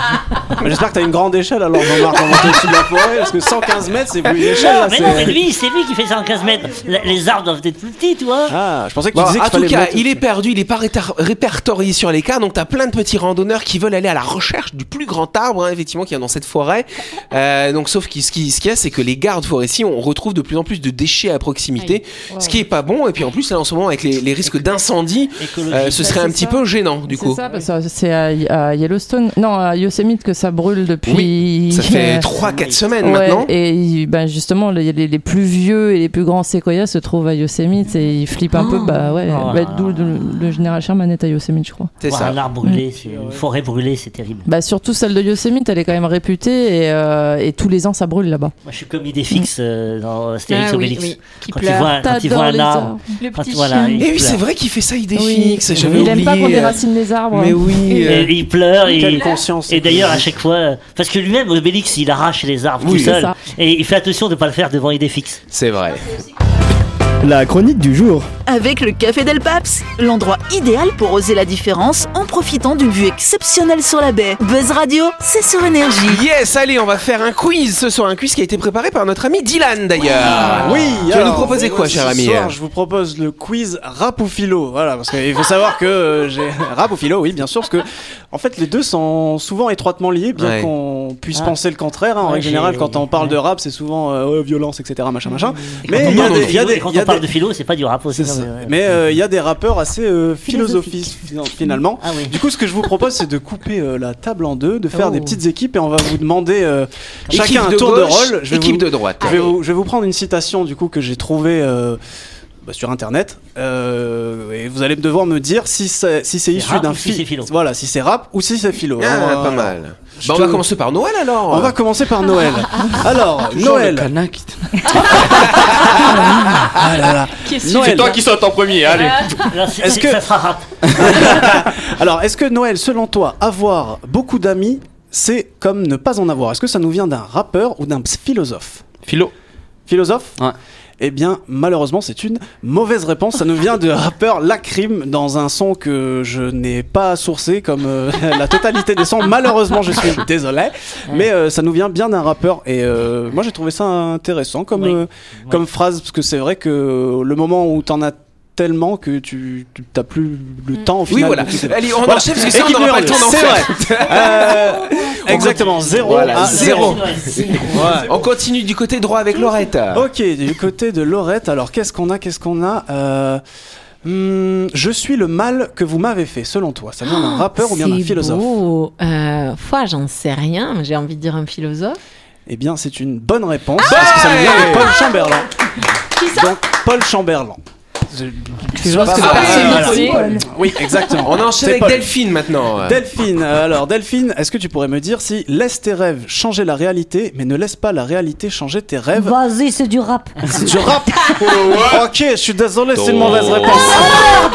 [SPEAKER 6] Mais J'espère que t'as une grande échelle alors Jean-Marc en montant au-dessus de la forêt parce que 115 mètres c'est plus une échelle.
[SPEAKER 2] Ah,
[SPEAKER 6] là,
[SPEAKER 5] Mais
[SPEAKER 6] c'est-
[SPEAKER 5] non, mais lui, c'est lui qui fait 115 mètres. La- Les arbres doivent être plus petits, tu vois.
[SPEAKER 6] Ah, je pensais que tu
[SPEAKER 2] Bon,
[SPEAKER 6] disais
[SPEAKER 2] en
[SPEAKER 6] qu'il
[SPEAKER 2] tout
[SPEAKER 6] fallait
[SPEAKER 2] cas,
[SPEAKER 6] mettre-
[SPEAKER 2] il est perdu, il n'est pas rétar- répertorié sur les cartes, donc t'as plein de petits randonneurs qui veulent aller à la recherche du plus grand arbre, hein, effectivement, qu'il y a dans cette forêt. Euh, donc, sauf que ce qui- ce qu'il y a, c'est que les gardes forestiers, on retrouve de plus en plus de déchets à proximité, ce qui est pas bon. Et puis en plus, là, en ce moment, avec les, les risques d'incendie,
[SPEAKER 5] Écologie.
[SPEAKER 2] euh, ce serait
[SPEAKER 4] c'est
[SPEAKER 2] un petit
[SPEAKER 4] ça.
[SPEAKER 2] peu gênant, du coup.
[SPEAKER 4] C'est ça, parce que c'est à, à Yellowstone, non, à Yosemite que ça brûle depuis.
[SPEAKER 2] Ça fait 3-4 semaines
[SPEAKER 4] Ouais,
[SPEAKER 2] maintenant.
[SPEAKER 4] Et ben justement, les, les- les plus vieux et les plus grands séquoias se trouvent à Yosemite et ils flippent un peu. Bah ouais,
[SPEAKER 5] Oh là
[SPEAKER 4] bah,
[SPEAKER 5] là.
[SPEAKER 4] d'où le, le général Sherman est à Yosemite, je crois.
[SPEAKER 2] C'est
[SPEAKER 5] Voir
[SPEAKER 2] ça. Mm.
[SPEAKER 5] un arbre brûlé, c'est une forêt brûlée, c'est terrible.
[SPEAKER 4] Bah surtout celle de Yosemite, elle est quand même réputée et, euh, et tous les ans ça brûle là-bas.
[SPEAKER 5] Moi, je suis comme idée fixe
[SPEAKER 2] Mm.
[SPEAKER 5] euh, dans Astérix
[SPEAKER 8] Ah oui,
[SPEAKER 5] Obélix.
[SPEAKER 8] oui. Qui
[SPEAKER 5] Quand tu vois,
[SPEAKER 8] pleure.
[SPEAKER 5] un- quand tu vois
[SPEAKER 4] T'adores
[SPEAKER 5] un
[SPEAKER 4] les
[SPEAKER 5] arbre,
[SPEAKER 4] arbres.
[SPEAKER 8] Le
[SPEAKER 5] quand tu
[SPEAKER 8] petit
[SPEAKER 5] vois là,
[SPEAKER 8] chien.
[SPEAKER 5] il
[SPEAKER 2] Et Eh oui,
[SPEAKER 5] pleure.
[SPEAKER 2] c'est vrai qu'il fait ça, il
[SPEAKER 4] Oui.
[SPEAKER 2] défixe. j'avais
[SPEAKER 4] Il aime pas qu'on
[SPEAKER 5] euh,
[SPEAKER 2] oublié.
[SPEAKER 4] déracine les arbres. hein.
[SPEAKER 2] Mais oui. euh,
[SPEAKER 5] Et il pleure,
[SPEAKER 6] Quelle
[SPEAKER 5] il,
[SPEAKER 6] conscience.
[SPEAKER 5] Et d'ailleurs, à chaque fois, euh, parce que lui-même, Obélix, il arrache les arbres
[SPEAKER 2] Oui.
[SPEAKER 5] tout
[SPEAKER 4] C'est
[SPEAKER 5] seul.
[SPEAKER 4] ça.
[SPEAKER 5] Et il fait attention de ne pas le faire devant Idéfix.
[SPEAKER 2] C'est vrai.
[SPEAKER 3] La chronique du jour.
[SPEAKER 1] Avec le Café Del Paps, l'endroit idéal pour oser la différence en profitant d'une vue exceptionnelle sur la baie. Buzz Radio, c'est sur énergie.
[SPEAKER 2] Yes, allez, on va faire un quiz ce soir, un quiz qui a été préparé par notre ami Dylan d'ailleurs.
[SPEAKER 6] Ah, Oui,
[SPEAKER 2] tu vas
[SPEAKER 6] alors,
[SPEAKER 2] nous proposer quoi,
[SPEAKER 6] ce
[SPEAKER 2] cher ami
[SPEAKER 6] soir, je vous propose le quiz rap ou philo. Voilà, parce qu'il faut savoir que euh, [laughs] j'ai rap ou philo, oui, bien sûr, parce que en fait les deux sont souvent étroitement liés, bien
[SPEAKER 2] Ouais.
[SPEAKER 6] qu'on puisse
[SPEAKER 5] Ah.
[SPEAKER 6] penser le contraire. hein. en
[SPEAKER 5] Ouais,
[SPEAKER 6] règle générale,
[SPEAKER 5] j'ai-
[SPEAKER 6] quand on parle de rap, c'est souvent euh, ouais, violence, etc., machin, machin. Mais
[SPEAKER 5] Quand on
[SPEAKER 6] il y a
[SPEAKER 5] parle de
[SPEAKER 6] des, il y a
[SPEAKER 5] philo-
[SPEAKER 6] des-
[SPEAKER 5] et quand
[SPEAKER 6] il y a
[SPEAKER 5] on parle
[SPEAKER 6] des-
[SPEAKER 5] de philo, c'est pas du rap aussi.
[SPEAKER 6] c'est
[SPEAKER 5] non,
[SPEAKER 6] ça.
[SPEAKER 5] mais, ouais.
[SPEAKER 6] Mais euh, il y a des rappeurs assez euh, philosophiques fin- finalement.
[SPEAKER 5] Ah oui.
[SPEAKER 6] Du coup, ce que je vous propose, c'est de couper euh, la table en deux, de faire
[SPEAKER 4] Oh.
[SPEAKER 6] des petites équipes, et on va vous demander euh,
[SPEAKER 2] Équipe
[SPEAKER 6] chacun un
[SPEAKER 2] de
[SPEAKER 6] tour
[SPEAKER 2] gauche,
[SPEAKER 6] de rôle. Je vais
[SPEAKER 2] équipe
[SPEAKER 6] vous-
[SPEAKER 2] de droite.
[SPEAKER 6] je vais, vous, je vais vous prendre une citation du coup que j'ai trouvée euh, bah, sur internet Euh, et vous allez devoir me dire si c'est si c'est issu
[SPEAKER 5] rap
[SPEAKER 6] d'un
[SPEAKER 5] ou si
[SPEAKER 6] fi-
[SPEAKER 5] c'est philo
[SPEAKER 6] Voilà, si c'est rap ou si c'est philo.
[SPEAKER 2] Ah,
[SPEAKER 6] Alors,
[SPEAKER 2] pas
[SPEAKER 6] euh,
[SPEAKER 2] mal.
[SPEAKER 6] je
[SPEAKER 2] Bah, on
[SPEAKER 6] te-
[SPEAKER 2] va commencer par Noël alors.
[SPEAKER 6] On va commencer par Noël. Alors Noël. [laughs] Ah là là. Noël.
[SPEAKER 3] qui saute en premier, allez.
[SPEAKER 5] Là, c'est-
[SPEAKER 6] Est-ce
[SPEAKER 5] c'est-
[SPEAKER 6] que-
[SPEAKER 5] ça sera rap
[SPEAKER 6] Alors est-ce que Noël, selon toi, avoir beaucoup d'amis, c'est comme ne pas en avoir Est-ce que ça nous vient d'un rappeur ou d'un philosophe
[SPEAKER 10] Philo.
[SPEAKER 6] Philosophe
[SPEAKER 10] Ouais.
[SPEAKER 6] Eh bien, malheureusement, c'est une mauvaise réponse. Ça nous vient de rappeur Lacrim dans un son que je n'ai pas sourcé comme euh, [laughs] la totalité des sons. Malheureusement, je suis désolé. Mais euh, ça nous vient bien d'un rappeur. Et euh, moi, j'ai trouvé ça intéressant comme,
[SPEAKER 5] Oui.
[SPEAKER 6] euh, comme phrase parce que c'est vrai que le moment où t'en as tellement que tu tu- t'as plus le temps au
[SPEAKER 2] Oui,
[SPEAKER 6] final.
[SPEAKER 2] voilà. Eh,
[SPEAKER 6] de tout faire.
[SPEAKER 2] Allez, on
[SPEAKER 6] Voilà.
[SPEAKER 2] enchaîne parce que sinon on
[SPEAKER 6] Équipe
[SPEAKER 2] n'aura pas le
[SPEAKER 6] numéro
[SPEAKER 2] temps d'en
[SPEAKER 6] deux,
[SPEAKER 2] faire. [laughs]
[SPEAKER 6] c'est vrai. Euh, exactement, zéro
[SPEAKER 2] Voilà,
[SPEAKER 6] à
[SPEAKER 2] zéro.
[SPEAKER 6] Ah, zéro.
[SPEAKER 2] On continue du côté droit avec Laurette.
[SPEAKER 6] Ok, du côté de Laurette, alors qu'est-ce qu'on a Qu'est-ce qu'on a Euh, hmm, Je suis le mal que vous m'avez fait, selon toi. Ça vient d'un Ah, rappeur ou bien d'un
[SPEAKER 9] Ah, C'est
[SPEAKER 6] philosophe
[SPEAKER 9] beau. Euh, foi, j'en sais rien, mais j'ai envie de dire un philosophe.
[SPEAKER 6] Eh bien, c'est une bonne réponse,
[SPEAKER 2] Ah
[SPEAKER 6] parce que ça me vient de Paul Chamberlain. Donc, Paul Chamberlain. Oui, exactement.
[SPEAKER 2] On enchaîne
[SPEAKER 6] C'est
[SPEAKER 2] avec
[SPEAKER 6] Paul.
[SPEAKER 2] Delphine maintenant.
[SPEAKER 6] Delphine, euh, alors Delphine, est-ce que tu pourrais me dire si laisse tes rêves changer la réalité, mais ne laisse pas la réalité changer tes rêves
[SPEAKER 7] Vas-y, c'est du rap.
[SPEAKER 5] Ah,
[SPEAKER 6] C'est du rap Ok, je suis désolé, c'est une mauvaise réponse.
[SPEAKER 2] Ah,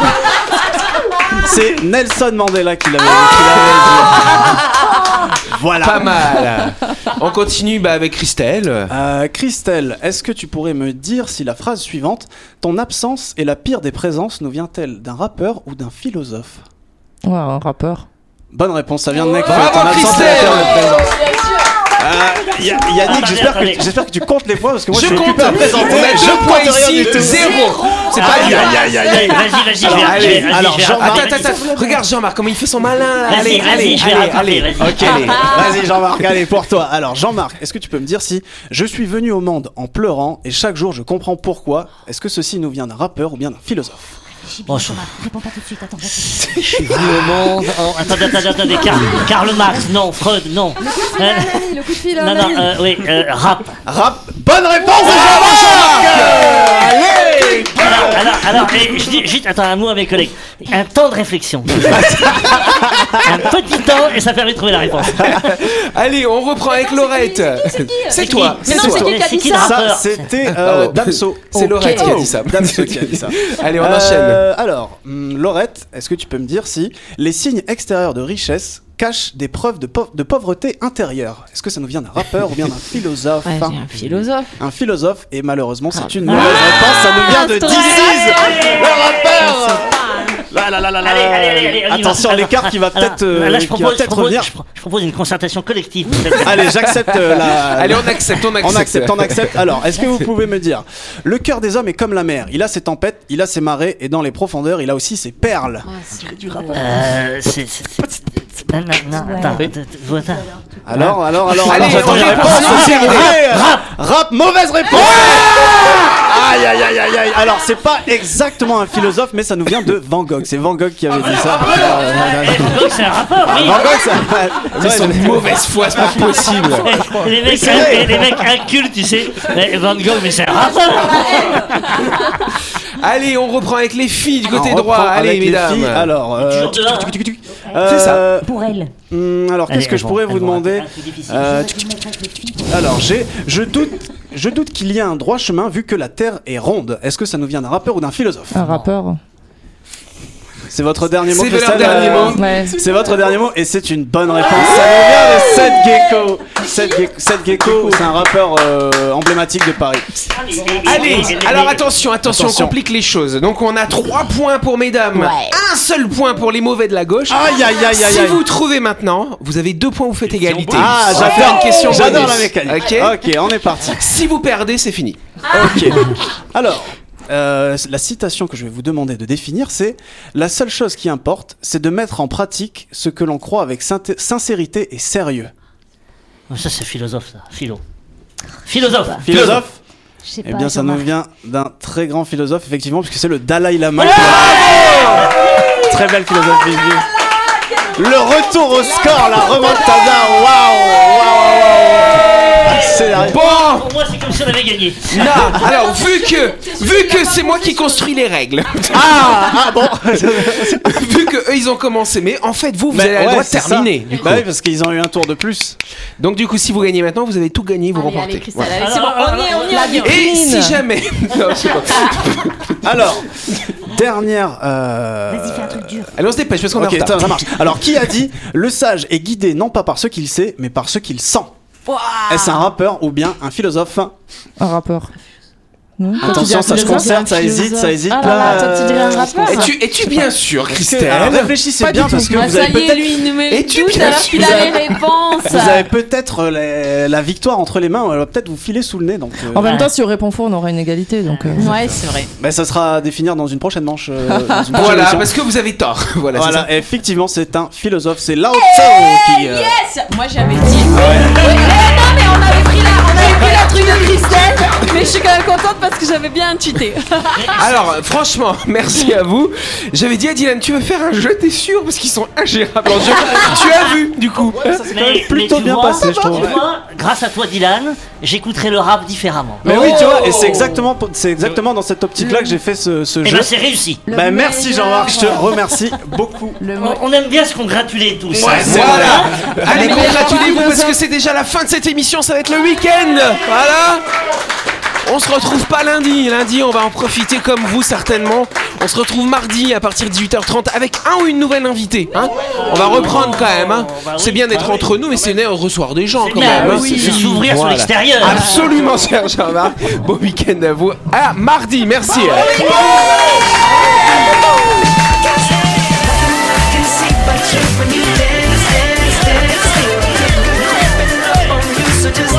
[SPEAKER 6] C'est Nelson Mandela qui l'avait qui
[SPEAKER 2] Ah.
[SPEAKER 6] l'avait dit. Voilà.
[SPEAKER 2] Pas mal. On continue bah, avec Christelle.
[SPEAKER 6] Euh, Christelle, est-ce que tu pourrais me dire si la phrase suivante Ton absence est la pire des présences nous vient-elle d'un rappeur ou d'un philosophe
[SPEAKER 4] Ouais, un rappeur.
[SPEAKER 6] Bonne réponse, ça vient de Nekfeu.
[SPEAKER 2] Bravo,
[SPEAKER 6] Ton absence est la pire
[SPEAKER 2] Christelle
[SPEAKER 6] des présences. Yannick,
[SPEAKER 5] Attendez,
[SPEAKER 6] j'espère que,
[SPEAKER 5] Ah, attendez.
[SPEAKER 6] j'espère que tu comptes les points parce que moi je,
[SPEAKER 2] je
[SPEAKER 6] suis
[SPEAKER 2] compte,
[SPEAKER 6] occupé à présenter.
[SPEAKER 2] on a
[SPEAKER 6] Je
[SPEAKER 2] deux
[SPEAKER 6] compte
[SPEAKER 2] points
[SPEAKER 6] rien
[SPEAKER 2] ici,
[SPEAKER 6] du tout. Ah,
[SPEAKER 2] zéro. C'est pas
[SPEAKER 5] Aïe,
[SPEAKER 2] bien.
[SPEAKER 5] aïe, aïe, aïe, aïe. Vas-y, vas-y, je
[SPEAKER 2] Alors,
[SPEAKER 5] vais
[SPEAKER 2] allez,
[SPEAKER 5] rattraper, vas-y,
[SPEAKER 2] alors
[SPEAKER 5] je vais
[SPEAKER 2] Jean-Marc,
[SPEAKER 6] ah,
[SPEAKER 5] rattraper.
[SPEAKER 2] attends, attends, attends, regarde Jean-Marc comment il fait son malin. là.
[SPEAKER 5] Vas-y,
[SPEAKER 2] Allez,
[SPEAKER 5] vas-y,
[SPEAKER 2] allez,
[SPEAKER 5] je vais
[SPEAKER 2] allez,
[SPEAKER 5] rattraper,
[SPEAKER 2] allez.
[SPEAKER 5] vas-y.
[SPEAKER 6] Ok, allez, vas-y Jean-Marc, allez pour toi. Bah, Alors Jean-Marc, est-ce que tu peux me dire si je suis venu au monde en pleurant et chaque jour je comprends pourquoi Est-ce que ceci nous vient d'un rappeur ou bien d'un philosophe
[SPEAKER 5] Bon, je-
[SPEAKER 7] Thomas, réponds pas tout de suite, attends. réfléchis.
[SPEAKER 5] Je suis venu au monde. en- Attendez, attendez, attendez. Car- Karl Marx, non. Freud, non. Euh,
[SPEAKER 4] hein. Le coup de fil
[SPEAKER 5] Non, non, euh, oui, euh, rap.
[SPEAKER 6] Rap. Bonne réponse de Jean-Marc. Allez.
[SPEAKER 5] Alors, alors, alors, et je dis, juste, attends, un mot à mes collègues. Un temps de
[SPEAKER 6] [laughs]
[SPEAKER 5] réflexion. un petit temps, et ça permet de trouver la réponse.
[SPEAKER 2] Allez, on reprend
[SPEAKER 5] Ah,
[SPEAKER 2] avec Laurette. C'est toi,
[SPEAKER 5] qui
[SPEAKER 2] c'est
[SPEAKER 5] Mais non,
[SPEAKER 2] toi.
[SPEAKER 5] qui qui a dit ça
[SPEAKER 6] Ça c'était euh,
[SPEAKER 2] Ah, Pardon.
[SPEAKER 6] Damso.
[SPEAKER 2] C'est Laurette qui a dit ça.
[SPEAKER 6] Damso qui a
[SPEAKER 2] [laughs]
[SPEAKER 6] dit ça.
[SPEAKER 2] Allez, on
[SPEAKER 6] Euh,
[SPEAKER 2] enchaîne.
[SPEAKER 6] Alors, hum, Laurette, est-ce que tu peux me dire si les signes extérieurs de richesse cachent des preuves de, pau- de pauvreté intérieure Est-ce que ça nous vient d'un rappeur ou bien d'un philosophe
[SPEAKER 9] Ouais,
[SPEAKER 6] Enfin,
[SPEAKER 9] j'ai un philosophe. Ah,
[SPEAKER 6] Un philosophe, et malheureusement, c'est une mauvaise réponse, ça nous vient de
[SPEAKER 4] stress.
[SPEAKER 6] DC's Le rappeur Là, là, là, là, là.
[SPEAKER 5] Allez, allez, allez, allez, on y va.
[SPEAKER 6] Euh, Attention,
[SPEAKER 5] Alors,
[SPEAKER 6] l'écart qui va
[SPEAKER 5] alors,
[SPEAKER 6] peut-être euh,
[SPEAKER 5] Là, je
[SPEAKER 6] qui va
[SPEAKER 5] propose, je
[SPEAKER 6] peut-être
[SPEAKER 5] propose-
[SPEAKER 6] revenir.
[SPEAKER 5] je pro- je propose une concertation collective. pour
[SPEAKER 6] [laughs]
[SPEAKER 5] cette-
[SPEAKER 6] Allez, j'accepte euh, la.
[SPEAKER 2] Allez, on accepte, on accepte.
[SPEAKER 6] On accepte, on accepte. Alors, est-ce que vous pouvez me dire, le cœur des hommes est comme la mer. Il a ses tempêtes, il a ses marées, et dans les profondeurs, il a aussi ses perles.
[SPEAKER 8] Ah,
[SPEAKER 5] Euh, c'est. c'est- c'est- Non, non, non, attends,
[SPEAKER 6] Oui.
[SPEAKER 5] t- t- vois ça.
[SPEAKER 6] Alors, alors, alors,
[SPEAKER 2] Ah. Allez,
[SPEAKER 6] alors, j'attends
[SPEAKER 2] on
[SPEAKER 6] les
[SPEAKER 2] est
[SPEAKER 6] réponses.
[SPEAKER 2] parti.
[SPEAKER 6] aussi,
[SPEAKER 2] Rap,
[SPEAKER 6] regardez. Rap, mauvaise réponse. Aïe, aïe, aïe, aïe, aïe. Alors, c'est pas exactement un philosophe, mais ça nous vient de Van Gogh. C'est Van Gogh qui avait dit
[SPEAKER 2] Ah,
[SPEAKER 6] ça. Euh,
[SPEAKER 5] Eh, donc, c'est un rapport, oui.
[SPEAKER 6] Van Gogh, ça.
[SPEAKER 2] Ils sont de mauvaise foi, c'est pas possible.
[SPEAKER 5] Les mecs,
[SPEAKER 6] c'est vrai.
[SPEAKER 5] les, les mecs incultes, tu sais. Mais Van Gogh, mais c'est un rapport.
[SPEAKER 2] Allez, on reprend avec les filles du côté
[SPEAKER 6] On
[SPEAKER 2] droit.
[SPEAKER 6] reprend
[SPEAKER 2] Allez,
[SPEAKER 6] avec les
[SPEAKER 2] mesdames.
[SPEAKER 6] filles. Alors, euh,
[SPEAKER 5] Toujours de là, hein.
[SPEAKER 6] tuc, tuc, tuc, tuc, tuc.
[SPEAKER 2] C'est ça.
[SPEAKER 6] Euh,
[SPEAKER 7] Pour elle.
[SPEAKER 6] hum, Alors,
[SPEAKER 5] Allez,
[SPEAKER 6] qu'est-ce que
[SPEAKER 5] elles
[SPEAKER 6] je
[SPEAKER 5] vont-
[SPEAKER 6] pourrais
[SPEAKER 5] elles
[SPEAKER 6] vous
[SPEAKER 5] vont
[SPEAKER 6] demander
[SPEAKER 5] raconter un truc difficile.
[SPEAKER 6] Euh,
[SPEAKER 7] Je vais mettre avec les filles.
[SPEAKER 6] Alors, j'ai, je doute, je doute qu'il y ait un droit chemin vu que la Terre est ronde. Est-ce que ça nous vient d'un rappeur ou d'un philosophe
[SPEAKER 4] Un rappeur.
[SPEAKER 6] C'est votre dernier mot.
[SPEAKER 2] C'est leur
[SPEAKER 6] Christelle,
[SPEAKER 2] dernier
[SPEAKER 6] euh,
[SPEAKER 2] mot.
[SPEAKER 4] Ouais.
[SPEAKER 6] C'est votre dernier mot et c'est une bonne réponse. ça nous vient de Seth Gecko. Seth, Ge- Seth Gecko, c'est un rappeur euh, emblématique de Paris.
[SPEAKER 2] Allez, alors
[SPEAKER 5] attends
[SPEAKER 2] attention, attention,
[SPEAKER 6] Attention.
[SPEAKER 2] on complique les choses. Donc on a 3 points pour mesdames, un seul point pour les mauvais de la gauche.
[SPEAKER 6] Aïe aïe aïe aïe
[SPEAKER 2] Si
[SPEAKER 6] aïe.
[SPEAKER 2] vous trouvez maintenant, vous avez 2 points, vous faites égalité.
[SPEAKER 6] Ah, j'adore
[SPEAKER 2] une question
[SPEAKER 6] J'adore la
[SPEAKER 2] bonus.
[SPEAKER 6] mécanique. Ah,
[SPEAKER 2] Ok.
[SPEAKER 6] ok, on est
[SPEAKER 2] [laughs]
[SPEAKER 6] parti.
[SPEAKER 2] Si vous perdez, c'est fini.
[SPEAKER 6] Ok. Alors, euh, la citation que je vais vous demander de définir, c'est La seule chose qui importe, c'est de mettre en pratique ce que l'on croit avec synthé- sincérité et sérieux.
[SPEAKER 5] Ça, c'est philosophe, ça. Philo. Philosophe.
[SPEAKER 6] Philosophe
[SPEAKER 7] Je sais pas.
[SPEAKER 6] Eh bien, ça nous
[SPEAKER 7] Jean-Marc.
[SPEAKER 6] vient d'un très grand philosophe, effectivement, puisque c'est le Dalai Lama. qui- très belle philosophie. Le retour au score, la remontada, waouh, waouh, waouh, waouh. C'est la-
[SPEAKER 2] Bon,
[SPEAKER 5] Pour moi, c'est comme si on avait gagné.
[SPEAKER 2] là, alors vu que vu que c'est moi qui construis les règles,
[SPEAKER 6] Ah, ah bon
[SPEAKER 2] [laughs] vu que eux ils ont commencé, mais en fait vous vous
[SPEAKER 6] Mais
[SPEAKER 2] avez le
[SPEAKER 6] Ben ouais,
[SPEAKER 2] droit de
[SPEAKER 6] c'est ça.
[SPEAKER 2] terminer. du coup.
[SPEAKER 6] Bah oui, parce qu'ils ont eu un tour de plus.
[SPEAKER 2] Donc du coup, si vous gagnez maintenant, vous avez tout gagné, vous remportez.
[SPEAKER 8] allez, Christelle,
[SPEAKER 2] Voilà.
[SPEAKER 8] allez,
[SPEAKER 5] Alors,
[SPEAKER 8] c'est bon, on y est, on y est, on y est.
[SPEAKER 2] Et si jamais, [laughs] Non, je sais pas.
[SPEAKER 6] Alors,
[SPEAKER 2] [laughs]
[SPEAKER 6] dernière. euh,
[SPEAKER 7] Vas-y, fais un truc dur.
[SPEAKER 2] allez on se dépêche parce qu'on est en
[SPEAKER 6] Ok,
[SPEAKER 2] retard.
[SPEAKER 6] ça, ça marche. Alors, qui a dit Le sage est guidé non pas par ce qu'il sait, mais par ce qu'il sent Est-ce un rappeur ou bien un philosophe
[SPEAKER 4] Un rappeur.
[SPEAKER 6] Attention, ça se concerne, ça hésite, ça hésite. Ah là,
[SPEAKER 2] Es-tu es-tu bien sûr,
[SPEAKER 6] Christelle, alors,
[SPEAKER 2] Christelle
[SPEAKER 6] réfléchissez bien parce
[SPEAKER 2] Ah,
[SPEAKER 6] que vous avez peut-être
[SPEAKER 8] lui, il nous met
[SPEAKER 2] Et
[SPEAKER 8] le
[SPEAKER 2] tu
[SPEAKER 8] doute
[SPEAKER 2] pièges,
[SPEAKER 8] alors qu'il
[SPEAKER 2] vous
[SPEAKER 8] a
[SPEAKER 2] avez-
[SPEAKER 8] les réponses.
[SPEAKER 6] vous avez peut-être euh, les- la victoire entre les mains, elle va peut-être vous filer sous le nez. Donc, euh,
[SPEAKER 4] En même temps, si on répond faux, on aura une égalité. Donc, euh,
[SPEAKER 8] Ouais, c'est vrai.
[SPEAKER 6] bah, ça sera à définir dans une prochaine manche. euh, dans une prochaine
[SPEAKER 2] Voilà,
[SPEAKER 6] émission.
[SPEAKER 2] parce que vous avez tort. [laughs] Voilà, c'est ça.
[SPEAKER 6] Voilà, effectivement, c'est un philosophe, c'est Lao Tzu qui. euh,
[SPEAKER 8] Moi j'avais dit. Ouais, mais non, mais on avait pris la, on avait pris la truc de Christelle. Mais je suis quand même contente parce que j'avais bien cheaté.
[SPEAKER 2] Alors, franchement, [laughs] merci à vous. J'avais dit à Dylan, tu veux faire un jeu, t'es sûr Parce qu'ils sont ingérables en jeu. tu as vu, du coup.
[SPEAKER 6] Ça s'est quand même plutôt
[SPEAKER 5] tu
[SPEAKER 6] bien
[SPEAKER 5] vois,
[SPEAKER 6] passé, je trouve.
[SPEAKER 5] Tu vois, grâce à toi, Dylan, j'écouterai le rap différemment. Eh
[SPEAKER 6] Mais oui, tu vois, et c'est exactement, pour- c'est exactement dans cette optique-là que j'ai fait ce, ce
[SPEAKER 5] Et
[SPEAKER 6] jeu.
[SPEAKER 5] Oh. ben, c'est réussi.
[SPEAKER 6] Bah, merci Jean-Marc, je te remercie beaucoup.
[SPEAKER 5] On, on aime bien se congratulait tous. hein.
[SPEAKER 2] voilà. Allez, congratulez-vous parce que c'est déjà la fin de cette émission. Ça va être le week-end. Voilà. On se retrouve pas lundi. Lundi, on va en profiter comme vous certainement. On se retrouve mardi à partir de 18h30 avec un ou une nouvelle invitée. hein. on va reprendre quand même. hein.
[SPEAKER 5] Bah oui,
[SPEAKER 2] c'est bien d'être
[SPEAKER 5] bah oui,
[SPEAKER 2] entre nous, mais c'est bien de recevoir des gens quand
[SPEAKER 5] Bah
[SPEAKER 2] même. hein.
[SPEAKER 5] oui, c'est s'ouvrir sur l'extérieur.
[SPEAKER 2] Absolument, cher Jean-Marc. Bon week-end à vous. À mardi. Merci.
[SPEAKER 10] can see but you when you dance, dance, dance. Still, on you